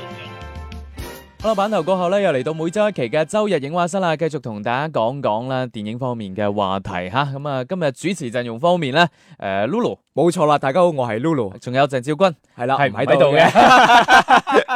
影。好啦，版頭過後咧，又嚟到每周一期嘅周日影畫室啦，繼續同大家講講啦電影方面嘅話題吓。咁啊，今日主持陣容方面咧，誒、Lulu，冇錯啦，大家好，我係 Lulu，仲有鄭少君，係啦，係啊唔喺度唔喺嘅。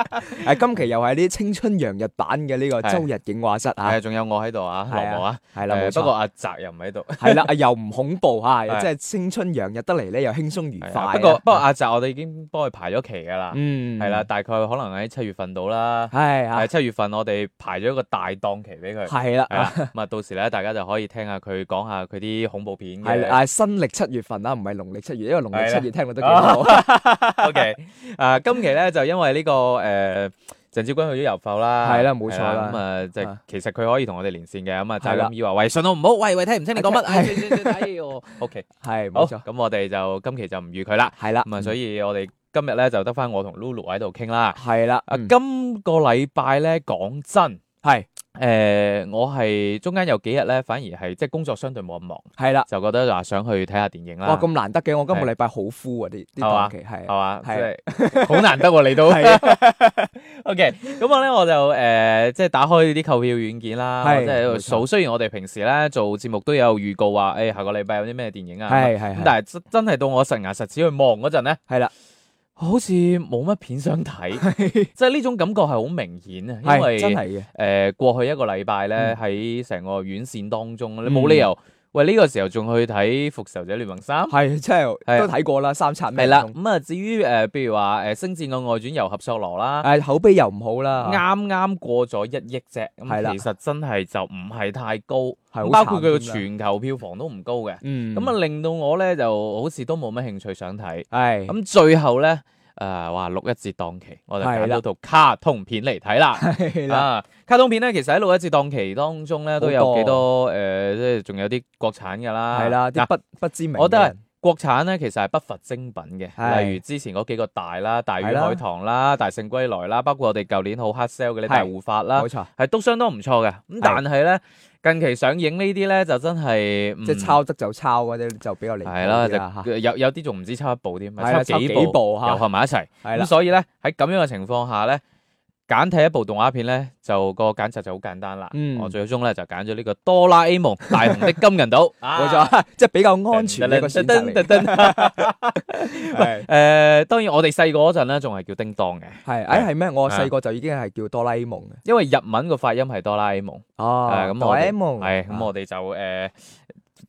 誒，今期又係啲青春洋溢版嘅呢個係周日影畫室啊 誒，，仲有我喺度啊，羅係啊毛啊，係啦，誒冇不過錯，阿澤又唔喺度。係啦，又唔恐怖 吓，係即係青春洋溢得嚟咧，又輕鬆愉係快啊啊。不過不過阿澤我哋已經幫佢排咗期噶啦，嗯，係啦，，大概可能喺七月份到啦。係啊係，七月份我哋排咗一個大檔期俾佢。係啦係，啦，咁啊到時咧，大家就可以聽下佢講下佢啲恐怖片係嘅啦，啊，新歷七月份啦，唔係農曆七月，因為農係曆啦七月聽落都幾好。 O K，啊，今期咧就因為呢、個誒鄭少君去咗郵埠啦，係啦冇錯啦咁啊，就係啊其實佢可以同我哋連線嘅，咁啊，就係啦咁以為喂信號唔好，喂喂聽唔清你講乜，係係算算算哎呦，O K，係好，冇錯，咁我哋就今期就唔預佢啦，係啦，咁啊，所以我哋今日咧就得翻我同 Lulu 喺度傾啦。係啦，啊，嗯今個禮拜咧講真。係誒、我係中間有幾日咧，反而係即係工作相對冇咁忙，係啦，就覺得話想去睇下電影啦。哇，咁難得嘅，我今個係禮拜好 full 啊，呢呢係嘛檔期係係嘛，即係係好難得喎，你都。係啊 O.K. 咁我咧我就誒、呃即係打開呢啲購票軟件啦，係我即係喺度冇錯數。雖然我哋平時咧做節目都有預告話，誒、哎下個禮拜有啲咩電影啊，係係咁係但係真真係到我實牙實齒去望嗰陣咧，係啦，好似冇乜片想 睇，即係呢種感覺係好明顯啊，因係真為係嘅，誒、呃、過去一個禮拜咧嗯喺成個院線當中，你嗯冇理由喂呢、個時候仲去睇《復仇者聯盟三》。係真係係都睇過啦，三刷係咩啦，餸咁啊，至於誒，呃譬如話誒《星戰嘅外傳》遊合索羅啦，誒口碑又唔好啦，啱啱過咗一億隻，啊係咁啦其實真係就唔係太高，係好包括佢嘅慘添啦全球票房都唔高嘅，嗯，咁啊令到我咧就好似都冇乜興趣想睇，係咁最後咧誒話六一節檔期，我就揀係啦咗套卡通片嚟睇啦。 係啦，啊，卡通片咧，其實喺六一節檔期當中咧，都有好多幾多誒，即係仲有啲國產㗎啦，係啦，啲啊嗱不不知名嘅人，我覺得係國產咧其實係不乏精品嘅，係例如之前嗰幾個大啦，大魚係啦海棠啦、大聖歸來啦，包括我哋舊年好 hard sell 嘅呢係大護法啦冇，錯，係都相當唔錯嘅。咁但係咧近期上映呢啲咧就真係嗯即係抄得就抄嗰啲就比較離譜係啦，啲啦就有有啲仲唔知抄一部添，咪係啦抄幾抄幾部部嚇又合埋一齊。嚇係咁啦，所以咧喺咁樣嘅情況下咧，揀睇一部動畫片咧就個揀擇就好簡單啦。嗯我最終咧就揀咗呢個《哆啦 A 夢大雄的金銀島》啊， 冇錯，即係比較安全嘅一個選 擇嚟，係誒、當然我哋細個嗰陣咧，仲係叫叮當嘅，係，誒係咩？我細個就已經係叫哆啦 A 夢嘅，因為日文個發音係哆啦 A 夢，哦啊係咁哆我啦哋 A 夢係咁啊我哋就誒、呃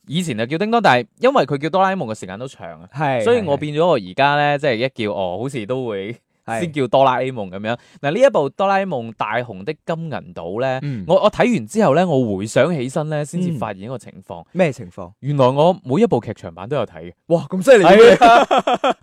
以前就叫叮當，但係因為佢叫哆啦 A 夢嘅時間都長啊，係，所以係我變咗我而家咧，即係一叫我好似都會係先叫哆啦 A 夢咁樣。嗱呢一部哆啦 A 夢大雄的金銀島咧，嗯我我睇完之後咧，我回想起身咧，先至嗯發現一個情況，咩情況？原來我每一部劇場版都有睇嘅，哇，咁犀利係啊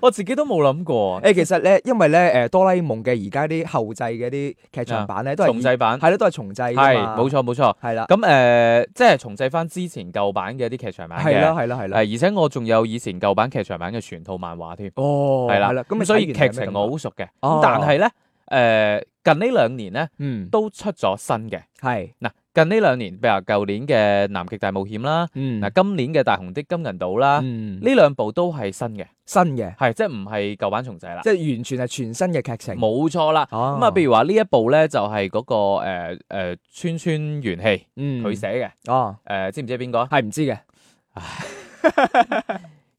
我自己都冇諗過啊， 誒，其實咧，啊因為咧，誒，哆啦 A 夢嘅而家啲後製嘅啲劇場版咧，都係重製版係咯，都係重製㗎係嘛冇，錯冇錯。係啦，咁誒、呃即係重製翻之前舊版嘅一啲劇場版嘅，係啦，係啦，係誒啦，而且我仲有以前舊版劇場版嘅全套漫畫添，哦，係啦、啦，咁你咁所以睇完係劇情咩感我覺好熟嘅。咁、哦但係咧，誒、近呢兩年咧嗯，都出咗新嘅。係，嗱，近呢兩年，譬如話舊年嘅《南極大冒險》啦，嗯嗱、今年嘅《大雄的金銀島》啦，呢、嗯，兩部都係新嘅，新嘅，係即係唔係舊版重製啦，即係完全係全新嘅劇情。冇錯啦。哦咁啊，譬如話呢一部咧就係嗰、個誒誒川川元氣嗯佢寫嘅，誒、哦，知唔知係邊個啊？係唔知嘅，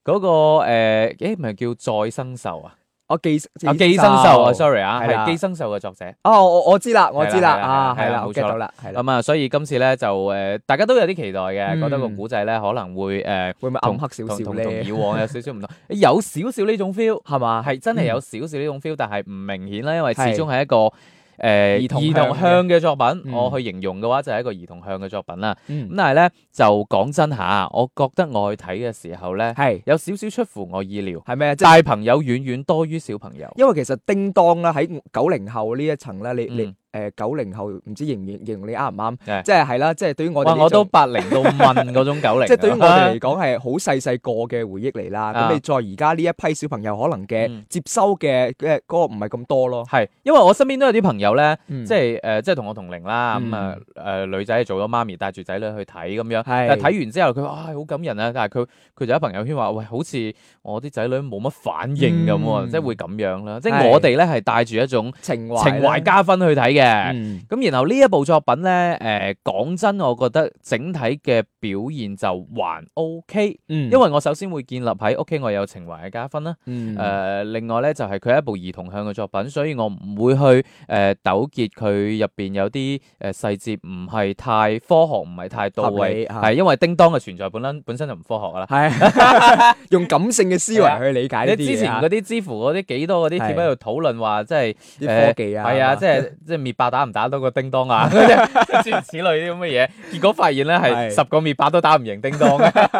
嗰、個誒，誒唔係叫再生獸啊？我寄啊，寄生獸啊，sorry 啊，係啦係寄生獸嘅作者。哦，我我知啦，我知啦，係啦啊，係啦係啦係啦，冇錯我 get 啦到啦，係啦，咁啊，所以今次咧就誒，大家都有啲期待嘅，嗯覺得個古仔咧可能會誒會唔會同暗黑少同少同同以咧？往有少少唔 同，有少少呢種 feel 係嘛，係真係有少少呢種 feel，但係唔明顯啦，因為始係終係一個誒兒童兒向童向嘅作品。嗯我去形容嘅話就係一個兒童向嘅作品啦。咁嗯，但係咧就講真下，我覺得我去睇嘅時候咧係有少少出乎我意料，係咩？即係大朋友遠遠多於小朋友。因為其實叮當啦，喺九零後呢一層咧，你你嗯誒九零後，唔知形唔形形容你啱唔係啱？即係係啦，即係對於我哋哇！呢我都種八零到問嗰種九零， 即係對於我哋嚟講係好細細個嘅回憶嚟啦。啊咁你再而家呢一批小朋友可能嗯嘅接收嘅嘅嗰個唔係咁多咯。係，因為我身邊都有啲朋友咧，即即嗯係誒，即係同我同齡啦，嗯咁啊誒女仔做咗媽咪，帶住仔女去睇咁樣，係但係睇完之後佢話唉好感人啊，但係佢佢就喺朋友圈話喂，好似我啲仔女冇乜反應咁喎，嗯即係會咁樣啦，即係係我哋咧係帶住一種情懷情懷加分去睇嘅。嗯咁然後呢一部作品咧，誒、講真，我覺得整體嘅表現就還 OK，嗯，因為我首先會建立喺 OK 我有情懷嘅加分啦。誒、嗯另外咧就係佢係一部兒童向嘅作品，所以我唔會去誒、呃、糾結佢入邊有啲誒細節唔係太科學，唔係太到合位，理嚇係因為叮當嘅存在本身本身就唔科學噶啦。 係用感性嘅思維去理解你呢啲之前嘢啊嗰啲知乎嗰啲幾多嗰啲貼係喺度討論話，即係啲科技啊，係啊，即 係即係滅霸打唔打到個叮當 啊，諸如此類啲咁嘅嘢，結果發現咧係係十個滅霸都打唔贏叮當嘅。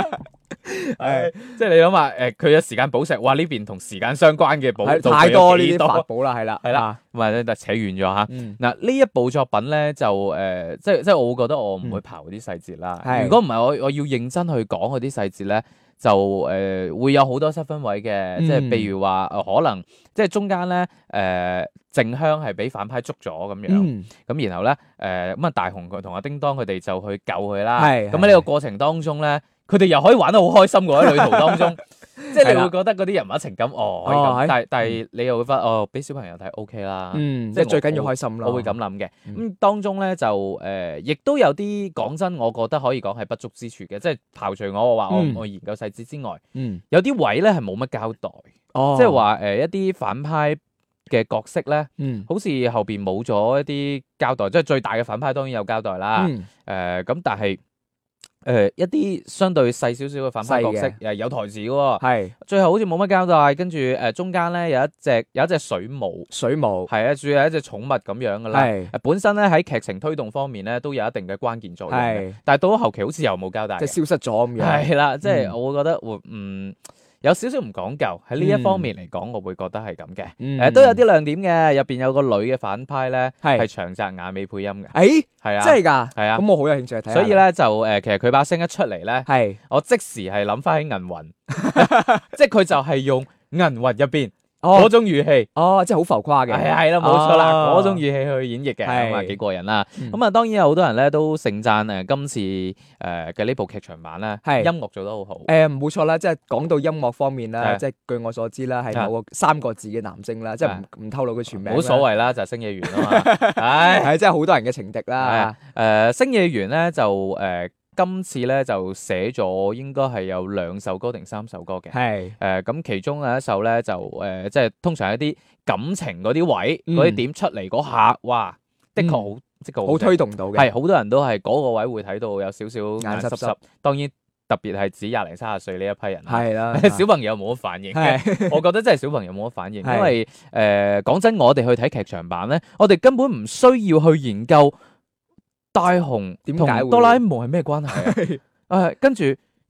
係， 即係你諗下，誒，佢嘅時間寶石，哇，呢邊同時間相關嘅寶係道具太有多呢幾啲法寶啦，係啦，係啦啊，唔係，但扯遠咗吓。嗯，嗱，呢一部作品咧就誒、呃即係即係我會覺得我唔會刨啲細節啦。嗯係如果唔係我我要認真去講嗰啲細節咧，就誒、呃、會有好多失分位嘅。即係嗯譬如話、呃可能即係中間咧誒靜香係俾反派捉咗咁樣，咁、嗯然後咧誒咁啊大雄佢同阿叮當佢哋就去救佢啦。係咁喺呢個過程當中咧，佢哋又可以玩得好開心喎喺旅途當 中。即係你會覺得嗰啲人物情感哦，可以哦咁係但係但係你又會覺得哦，俾小朋友睇 OK 啦。嗯，啊即即係係最緊要開心咯，我會咁諗嘅。咁、嗯當中咧就誒，呃亦、都有啲講真，我覺得可以講係不足之處嘅，即係刨除我我話我、嗯我研究細節之外，嗯，有啲位咧係冇乜交代，哦即係，話呃誒一啲反派嘅角色咧，嗯，好似後邊冇咗一啲交代，即係最大嘅反派當然有交代啦。誒咁、嗯但係誒、呃一啲相對細少少嘅反派角色細嘅誒有台詞嘅喎，係最後好似冇乜交代，跟住誒中間咧有一隻有一隻水母，水母，係啊，主要係一隻寵物咁樣噶啦。係誒本身咧喺劇情推動方面咧都有一定嘅關鍵作用嘅，係，但係到咗後期好似又冇交代即係嘅，消失咗咁 樣，係啦，即係嗯我會覺得會嗯有少少唔講究喺呢一方面嚟講，我會覺得係咁嘅。誒誒都有啲亮點嘅，入邊有個女嘅反派咧係嗯係，長澤雅美配音嘅，誒，係啊，真係㗎，係啊，咁我好有興趣睇下，所以咧就誒其實佢把聲一出嚟咧，係，我即時係諗翻起銀 魂，即係佢就係用銀魂入邊嗰哦種語氣。哦，即係好浮誇係啊嘅，係啦，冇錯啦，哦嗰種語氣去演繹嘅，係咁啊幾過癮啦。嗯咁啊，當然有好多人咧都盛讚誒今次誒嘅呢部劇場版咧，係音樂做得好好。誒冇錯啦，即係講到音樂方面啦，係即係據我所知啦，係係某個三個字嘅男星啦，即係唔唔透露佢全名，啊冇所，謂啦，就係星野源啊 嘛。唉，係即係好多人嘅情敵啊啦，誒星野源咧就誒今次咧就寫咗應該係有兩首歌定三首歌嘅。係。誒咁其中有一首咧就誒即係通常一啲感情嗰啲位嗯嗰啲點出嚟嗰下，哇！的確好，的確正啊好推動到嘅，係好多人都係嗰個位會睇到有少少眼眼濕濕濕濕，當然特別係指廿零三十歲呢一批人啦。，係啦 小朋友冇乜反應，係 我覺得真係小朋友冇乜反應，係因為誒講真，我哋去睇劇場版咧，我哋根本唔需要去研究大雄點同解會哆啦 A 夢係咩關 係啊？誒，跟住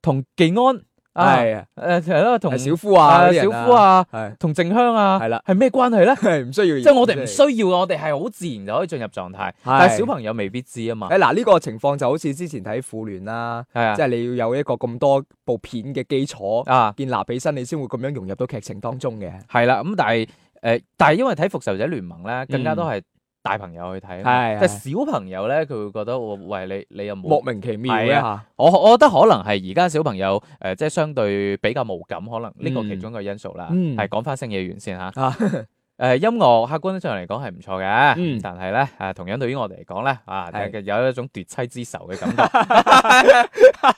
同技安啊，係誒係咯，同同小夫啊，啊小夫，啊，係同靜香啊，係啦哎係咩關係咧？係唔需要，即係我哋唔需要，我哋係好自然就可以進入狀態，但係小朋友未必知啊嘛，誒嗱呢個情況就好似之前睇婦聯啦，係啊即。係你要有一個咁多部片嘅基礎啊，建立起身，你先會咁樣融入到劇情當中嘅。係啦，咁但係誒、呃但係因為睇復仇者聯盟咧，更加多係大朋友去睇啊嘛，嗯係但係小朋友咧，佢會覺得我喂你你又莫冇，名其妙係啊嘅嚇，我我覺得可能係而家小朋友誒、呃即係相對比較無感，可能呢個嗯其中一個因素啦。嗯係講翻星野源先嚇，誒、 呃啊音樂客觀上嚟講係唔錯嘅， 嗯但係咧誒同樣對於我哋嚟講咧啊，係有一種奪妻之仇嘅感覺。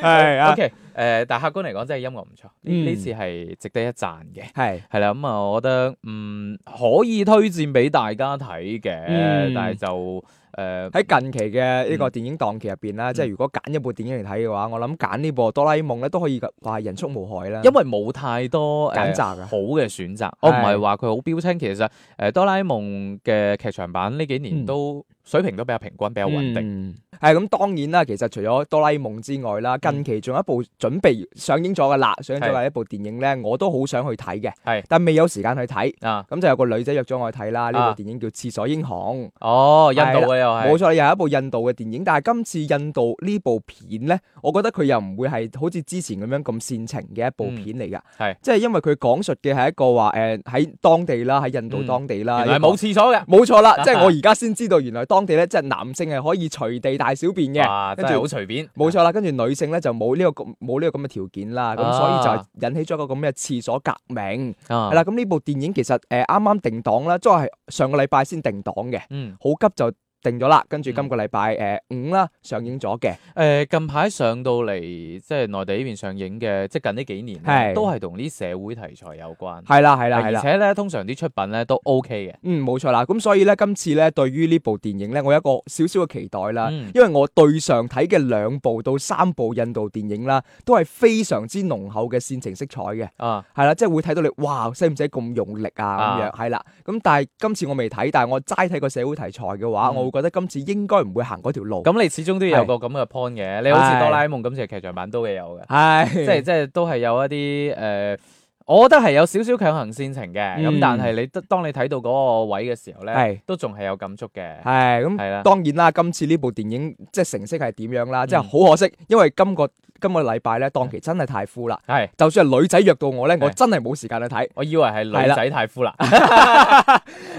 係 O K 誒，呃但係客觀嚟講真係音樂唔錯，呢嗯呢次係值得一讚嘅。係係啦，咁啊，我覺得嗯可以推薦俾大家睇嘅，嗯但係就呃誒喺近期嘅嗯呢個電影檔期入邊啦，即係如果揀一部電影嚟睇嘅話，我諗揀呢部《哆啦 A 夢》咧都可以話係人畜無害啦，因為冇太多誒揀擇啊，好嘅選擇，我唔係話佢好標青，其實呃誒哆啦 A 夢嘅劇場版呢幾年嗯都水平都比較平均，比較穩定。定。嗯係咁當然啦，其實除咗哆啦 A 夢之外嗯啦，近期仲有一部準備上映咗嘅啦，上映咗嘅一部電影咧，我都好想去睇嘅，係但未有時間去睇。啊，咁就有個女仔約咗我去睇啦，呢啊部電影叫《廁所英雄》。哦，印度嘅又係，冇錯，又係一部印度嘅電影，但係今次印度呢部片呢，我覺得佢又唔會係好似之前咁樣咁煽情嘅一部片嚟㗎，嗯係即係因為佢講述嘅係一個話誒喺當地啦，喺印度嗯當地啦，原來係冇廁所嘅，冇錯 啦，即係我而家先知道原來當地呢，即係男性係可以隨地大小便嘅。哇，真跟係好住隨便，冇錯啦，跟住女性咧就冇呢、個咁冇呢個咁嘅條件啦，咁、啊所以就引起咗一個咁嘅廁所革命，啊係啦、，咁呢部電影其實誒啱啱定檔啦，即係上個禮拜先定檔嘅。嗯，好急就定咗啦，跟住嗯今個禮拜诶五啦上映咗嘅，誒近排上到嚟即係內地呢邊上映嘅，即係近呢幾年咧係都係同啲社會題材有關，係啦係啦係而啦，且咧通常啲出品咧都 OK 嘅，嗯冇錯啦，咁所以咧今次咧對於呢部電影咧，我有一個少少嘅期待啦，嗯因為我對上睇嘅兩部到三部印度電影啦，都係非常之濃厚嘅煽情色彩嘅，啊，係啦，即係會睇到你哇使唔使咁用力啊咁樣，啊係啦，咁但係今次我未睇，但係我齋睇個社會題材嘅話，嗯我會覺得今次應該唔會行嗰條路，咁你始終都要有個咁嘅 point 嘅，你好似係哆啦 A 夢今次嘅劇場版都會有嘅。係即係即係都係有一啲誒、呃我覺得係有少少強行煽情嘅，咁、嗯但係你得當你睇到嗰個位嘅時候咧係，都仲係有感觸嘅，係咁。係啦，當然啦，今次呢部電影即係成績係點樣啦，啊嗯即係好可惜，因為今個今個禮拜咧檔期真係太枯啦。係就算係女仔約到我咧，嗯係我真係冇時間去睇。我以為係係女啦仔太夫 啦，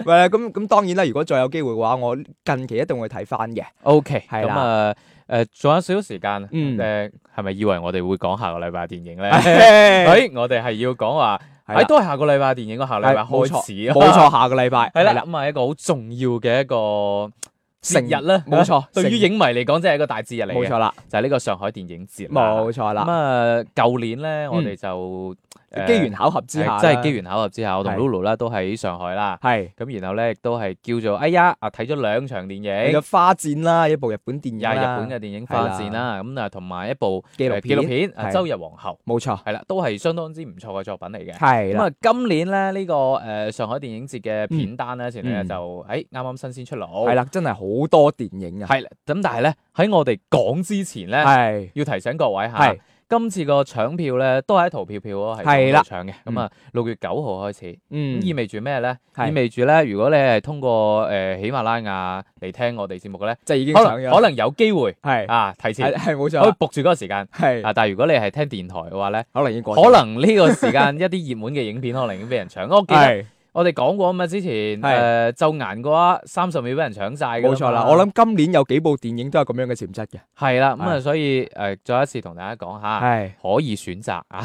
喂，咁咁當然啦，如果再有機會嘅話，我近期一定會睇翻嘅。 OK，係咁啦啊誒，仲、有少少時間， 嗯誒係咪以為我哋會講下個禮拜嘅電影咧？誒、 係我哋係要講話，哎係誒、啦哎都係下個禮拜嘅電影，我下禮拜係冇開錯始啊，冇錯，下個禮 拜係啦，，咁啊一個好重要嘅一個成節日啦，冇錯， 對於影成迷嚟講，真係一個大節日嚟嘅，冇錯啦，就係呢個上海電影節啦。冇錯咁啦。啊，舊年咧，我哋就誒機緣巧合之下係啦，真係機緣巧合之下，我同係 Lulu 啦都喺上海啦。係咁然後咧，亦都係叫做哎呀啊，睇咗兩場電有影，花展啦，一部日本電影又係啦日本嘅電影發展啦。咁啊，同埋一部紀誒錄紀錄片，片《啊係周日皇后冇錯》，，係啦，都係相當之唔錯嘅作品嚟嘅。係咁啦，啊，今年咧呢個誒上海電影節嘅片單咧，前兩日嗯就哎誒啱啱新鮮出爐，係啦，真係好多電影啊，係啦。咁但係咧喺我哋講之前咧，係要提醒各位嚇。係今次個搶票咧都係喺淘票票嗰個系係統啦度搶嘅，咁啊六月九號開始，咁、嗯意味住咩咧？係意味住咧，如果你係通過誒、呃喜馬拉雅嚟聽我哋節目嘅咧，即係已經可上能咗，可能有機會係啊提前係係冇可以錯，僕住嗰個時間係啊，但係如果你係聽電台嘅話咧，可能已經過咗，可能呢個時間 一啲熱門嘅影片可能已經俾人搶。我記得係我哋講過啊嘛，之前係誒就顏嘅話三十秒俾人搶晒㗎嘛冇錯啦。我諗今年有幾部電影都有咁樣嘅潛質嘅，係啦，咁啊係所以誒、呃再一次同大家講 下。係可以選擇 啊，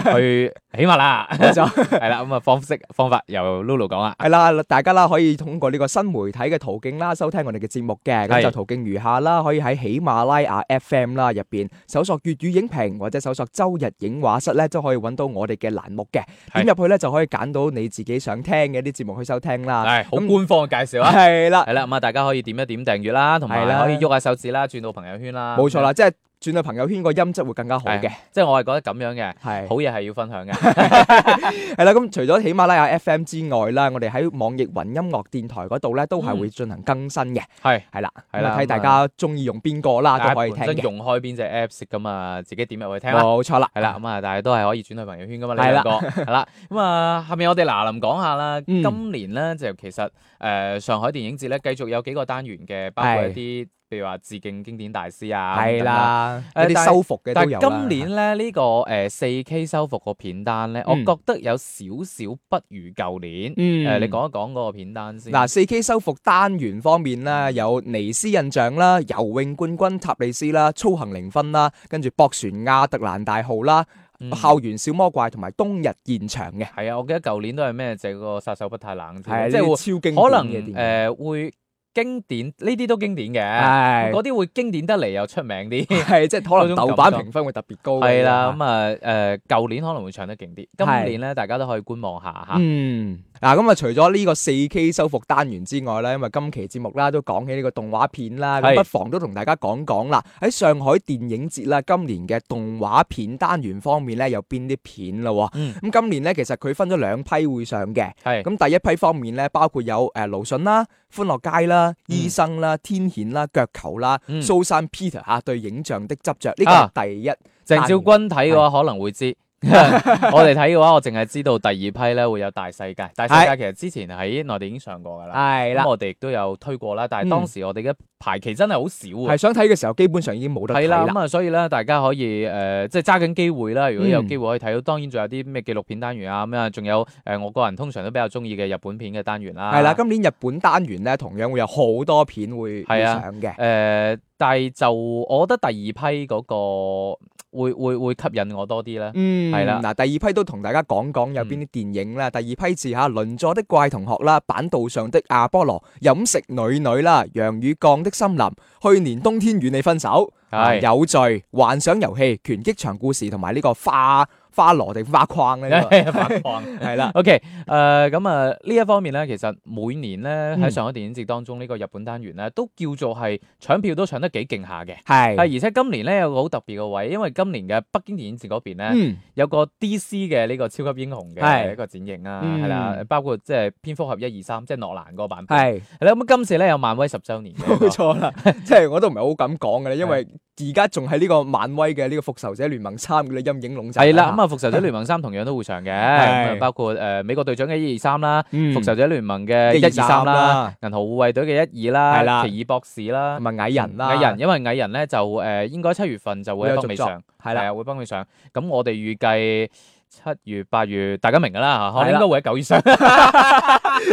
去喜馬啦，冇錯，係啦，咁啊方式方法由 Lulu 講啦，係啦，大家啦可以通過呢個新媒體嘅途徑啦，收聽我哋嘅節目嘅，係咁就途徑如下啦，可以喺喜馬拉雅 FM 啦入邊搜索粵語影評或者搜索周日影畫室咧，都可以揾到我哋嘅欄目嘅，係點入去咧就可以揀到你自己想聽嘅啲節目去收聽啦，係好官方嘅介紹 啊，係啦，係啦，咁啊大家可以點一點訂閱啦，同係埋啦可以喐下手指啦，轉到朋友圈啦，冇錯啦，即係轉到朋友圈個音質會更加好係，嘅，即係我係覺得咁樣嘅，係好。嘢係要分 享嘅，係啦，咁除咗喜馬拉雅 FM 之外啦，我哋喺網易雲音樂電台嗰度咧，都係會進行更新嘅。係係啦，係係啦啦，睇大家中意用邊個啦，都可以聽本身嘅。用開邊隻 Apps 咁啊，自己點入去聽啦。冇錯啦，係啦，，咁啊，但係都係可以轉去朋友圈噶嘛，你嗯係兩啦個係啦，咁啊，下面我哋嗱臨講下啦。嗯今年咧就其實誒、呃上海電影節咧，繼續有幾個單元嘅，包括一係啲譬如話致敬經典大師啊，係啦，一誒啲修復嘅但都有係啦今年咧呢、個誒四 K 修復個片單咧，嗯我覺得有少少不如舊年。誒、嗯你講一講嗰個片單先。嗱，四 K 修復單元方面啦，有尼斯印象啦、游泳冠軍塔利斯啦、操行零分啦，跟住博船亞特蘭大號啦、嗯校園小魔怪同埋冬日現場嘅，係啊，我記得舊年都係咩？就個殺手不太冷係呢靜，即係會啲超經典可能嘅電誒、影呃、會經典，呢啲都經典嘅，係嗰啲會經典得嚟又出名啲。 係即係可嗰種能豆瓣感覺評分會特別高啊嘅。係啦，咁啊誒，舊、年可能會唱得勁啲，今係年咧大家都可以觀望下嚇。嗯，嗱，咁啊，除咗呢個四 K 修復單元之外咧，因為今期節目啦都講起呢個動畫片啦，係咁不妨都同大家講講啦。喺上海電影節啦，今年嘅動畫片單元方面咧，有邊啲片咯？嗯咁今年咧，其實佢分咗兩批會上嘅。係咁第一批方面咧，包括有誒盧筍啦、歡樂街啦、嗯醫生啦、天譴啦、腳球啦、嗯蘇珊 Peter 嚇對影像的執着，呢個啊係第一。鄭少君睇嘅話可能會知。 我哋睇嘅話，我淨係知道第二批咧會有大世界，大世界其實之前喺內地已經上過㗎啦，啊係咁我哋亦都有推過啦，但係嗯當時我哋嘅排期真係好少啊係。想睇嘅時候，基本上已經冇得係睇啦，啦。咁啊，所以咧，大家可以誒、呃即係揸緊機會啦。如果有嗯機會可以睇到，當然仲有啲咩紀錄片單元啊，咁啊，仲有誒、呃我個人通常都比較中意嘅日本片嘅單元啦。係啦，今年日本單元咧，同樣會有好多片會會係啊上嘅誒、。但係就我覺得第二批嗰、個會會會吸引我多啲啦。嗯，係啦嗱，第二批都同大家講講有邊啲電影啦。第二批字嚇《鄰座的怪同學》啦，《板道上的阿波羅》、《飲食女女》啦，《楊與鋼的森林》、《去年冬天與你分手》、啊係有罪》、《幻想遊戲》、《拳擊場故事》同埋呢個花花羅定花框 咧，呢 發狂個係啦。 OK，誒咁啊呢一方面咧，其實每年咧喺嗯上海電影節當中呢個日本單元咧，都叫做係搶票都搶得幾勁下嘅。係而係，且今年咧有個好特別嘅位，因為今年嘅北京電影節嗰邊咧、嗯，有個 DC 嘅呢個超級英雄嘅係一個展映啊，嗯係啦、包括即係蝙蝠俠一二三，即係諾蘭嗰個版本。係係啦，咁今次咧有漫威十週 年嘅一個冇錯啦。即係我都唔係好敢講嘅咧，因為而家仲喺呢個漫威嘅呢個復仇者聯盟三嘅陰影籠罩。係啦，咁啊，復仇者聯盟三同樣都會上嘅，咁啊係包括誒美國隊長嘅一二三啦，嗯，復仇者聯盟嘅一二三啦，。銀河護衛隊嘅一二係啦，啦奇異博士啦同。埋蟻人啦，蟻人，因為蟻人咧就誒應該七月份就會喺北美上，係啦係，啊會北美上。咁我哋預計七月八月，大家明㗎啦嚇，可能應該會喺九月上。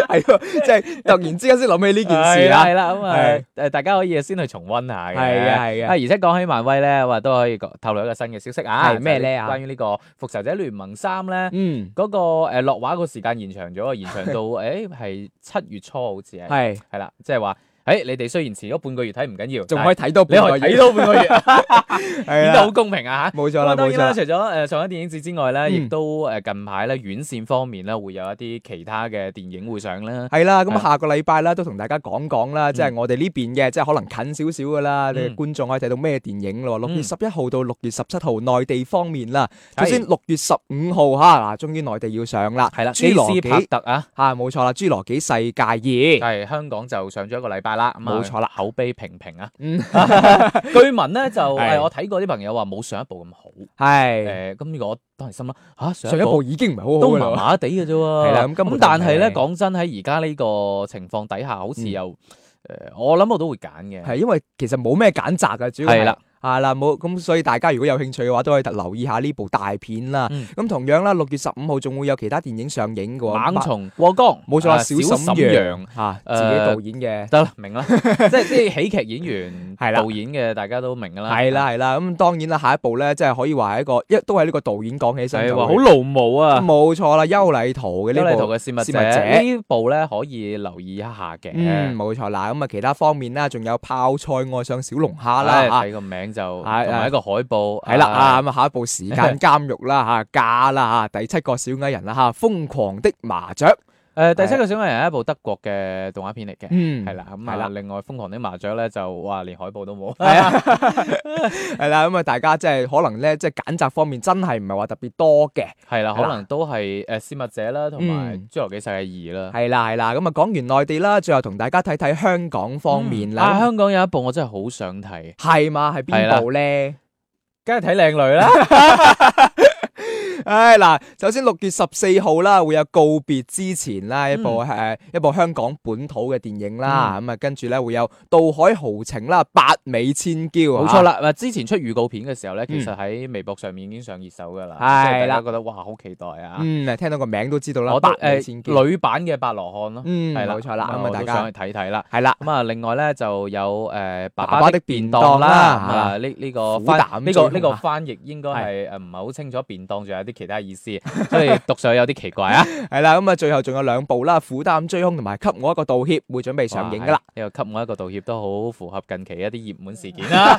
係喎，即係突然之間先諗起呢件事係啦，啦。係啦，咁啊係誒大家可以先去重温下嘅。係嘅係嘅啊而且講起漫威咧，我都可以講透露一個新嘅消息啊。係咩咧就係關於呢個復仇者聯盟三咧。嗯，嗰個誒落畫個時間延長咗，延 長到誒係七月初好似係，係，係啦，即係話誒你哋雖然遲咗半個月睇唔緊要，仲可以睇多但半係個你可以月睇，到半個月， 係變得好啦，公平啊嚇！冇錯咁啦，啊冇當錯然啦，啦除。咗誒上海電影節之外咧，嗯亦都誒近排咧院線方面咧會有一啲其他嘅電影會上啦。係啦，咁係下個禮拜啦，都同大家講講啦，即係嗯我哋呢邊嘅，即係可能近少少噶啦，嗯你哋觀眾可以睇到咩電影咯。六月嗯十一號到六月十七號，內地方面啦，係首先六月十五號嚇，嗱，終於內地要上啦，係啦，基侏羅斯帕紀特啊，嚇，冇錯啦，《侏羅紀世界二》係香港就上咗一個禮拜啦，咁啊冇錯啦，口碑平平啊。嗯據聞咧就係誒我睇過啲朋友話冇上一部咁好，誒係咁呢個我當然心啦嚇上上一一部部已經唔係好都好麻噶啦，麻地嘅啫喎。係啦咁根本就但係咧，係講真喺而家呢個情況底下，好似又誒、我諗我都會揀嘅。係因為其實冇咩揀擇噶，主要係係啦，係啦，冇咁，所以大家如果有興趣嘅話，都可以特留意下呢部大片啦。嗯咁、同樣啦，六月十五號仲會有其他電影上映嘅喎，猛呃蟲過江冇錯啦啊小沈沈陽陽嚇誒自己導演嘅。得啦，明啦，即係啲喜劇演員、係啦導演嘅，大家都明㗎啦。係啦係啦，咁當然啦，下一部咧，即係可以話係一個一都係呢個導演講起身係就話好會勞務啊！冇錯啦，邱禮圖嘅呢呢嚟圖部。嘅《泄密者泄密》者呢部咧可以留意一下嘅。嗯，冇錯啦。咁啊，其他方面啦，仲有泡菜愛上小龍啊蝦啦啦，嚇，睇個名就同係埋一個海報，係啦啊啊，咁啊下一 部時間監獄啦嚇，假啦啊嚇，第七個小矮人啦嚇，啊瘋狂的麻雀，誒第七個小矮人係一部德國嘅動畫片嚟嘅，嗯，係啦，咁係啊，啦另外《瘋狂的麻雀》咧就哇，連海報都 冇。係啊， 係啦，咁啊，大家即係可能咧，即係揀擇方面真係唔係話特別多嘅，係啦，係可啦能都係誒《私密者》啦，同埋嗯《侏羅紀世界二》啦。係啦係啦，咁啊講完內地啦，最後同大家睇睇香港方面啊，啦，香港有一部我真係好想睇，係嘛，係邊部咧？梗係睇靚女 啦。唉嗱，首先六月十四號啦，會有告別之前啦，嗯一部誒一部香港本土嘅電影啦，咁啊跟住咧會有《渡海豪情》啦，《八尾千嬌》冇啊錯，啦，嗱，之前出預告片嘅時候咧，其嗯實喺微博上面已經上熱搜噶啦，係啦所以大家覺得哇，好期待啊！嗯，聽到個名都知道啦，《我八八尾千嬌》，女版嘅白羅漢咯，嗯，係啦，冇錯啦，咁啊咁啊我大都家想去睇睇啦。係啦，咁啊，另外咧就有誒爸爸爸的便當啦咁啊呢呢個虎翻膽呢個最呢個紅啊呃翻譯應該係誒唔係好清楚，便當仲有啲啲其他意思， 所以讀上去有啲奇 怪啊。系啦，咁啊，最後仲有兩部啦，《虎膽追兇》同埋《給我一個道歉》會準備上映噶啦。哇，係呢個給我一個道歉都好符合近期一啲熱門事件 啦。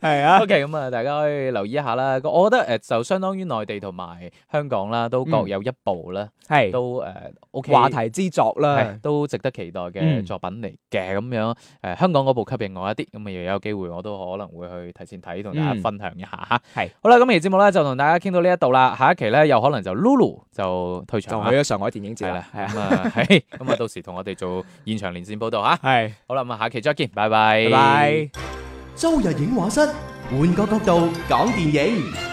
系啊， OK，咁啊，大家可以留意一下啦。我覺得誒呃就相當於內地同埋香港啦，都各嗯有一部啦，系都誒 OK 話題之作啦係。都值得期待嘅嗯作品嚟嘅咁樣。誒、呃香港嗰部吸引我一啲，咁啊又有機會我都可能會去提前睇，同大家嗯分享一下嚇。係好啦，今期節目咧就同大家傾到呢一度啦。下一期咧有可能就 Lulu 就退就場去啦。咗上海電影系節啦啦，，咁 啊，係咁啊，到時同我哋做現場連線報道嚇。係，好啦，咁啊，下期再見，拜拜。拜拜。周日影畫室，換個角度講電影。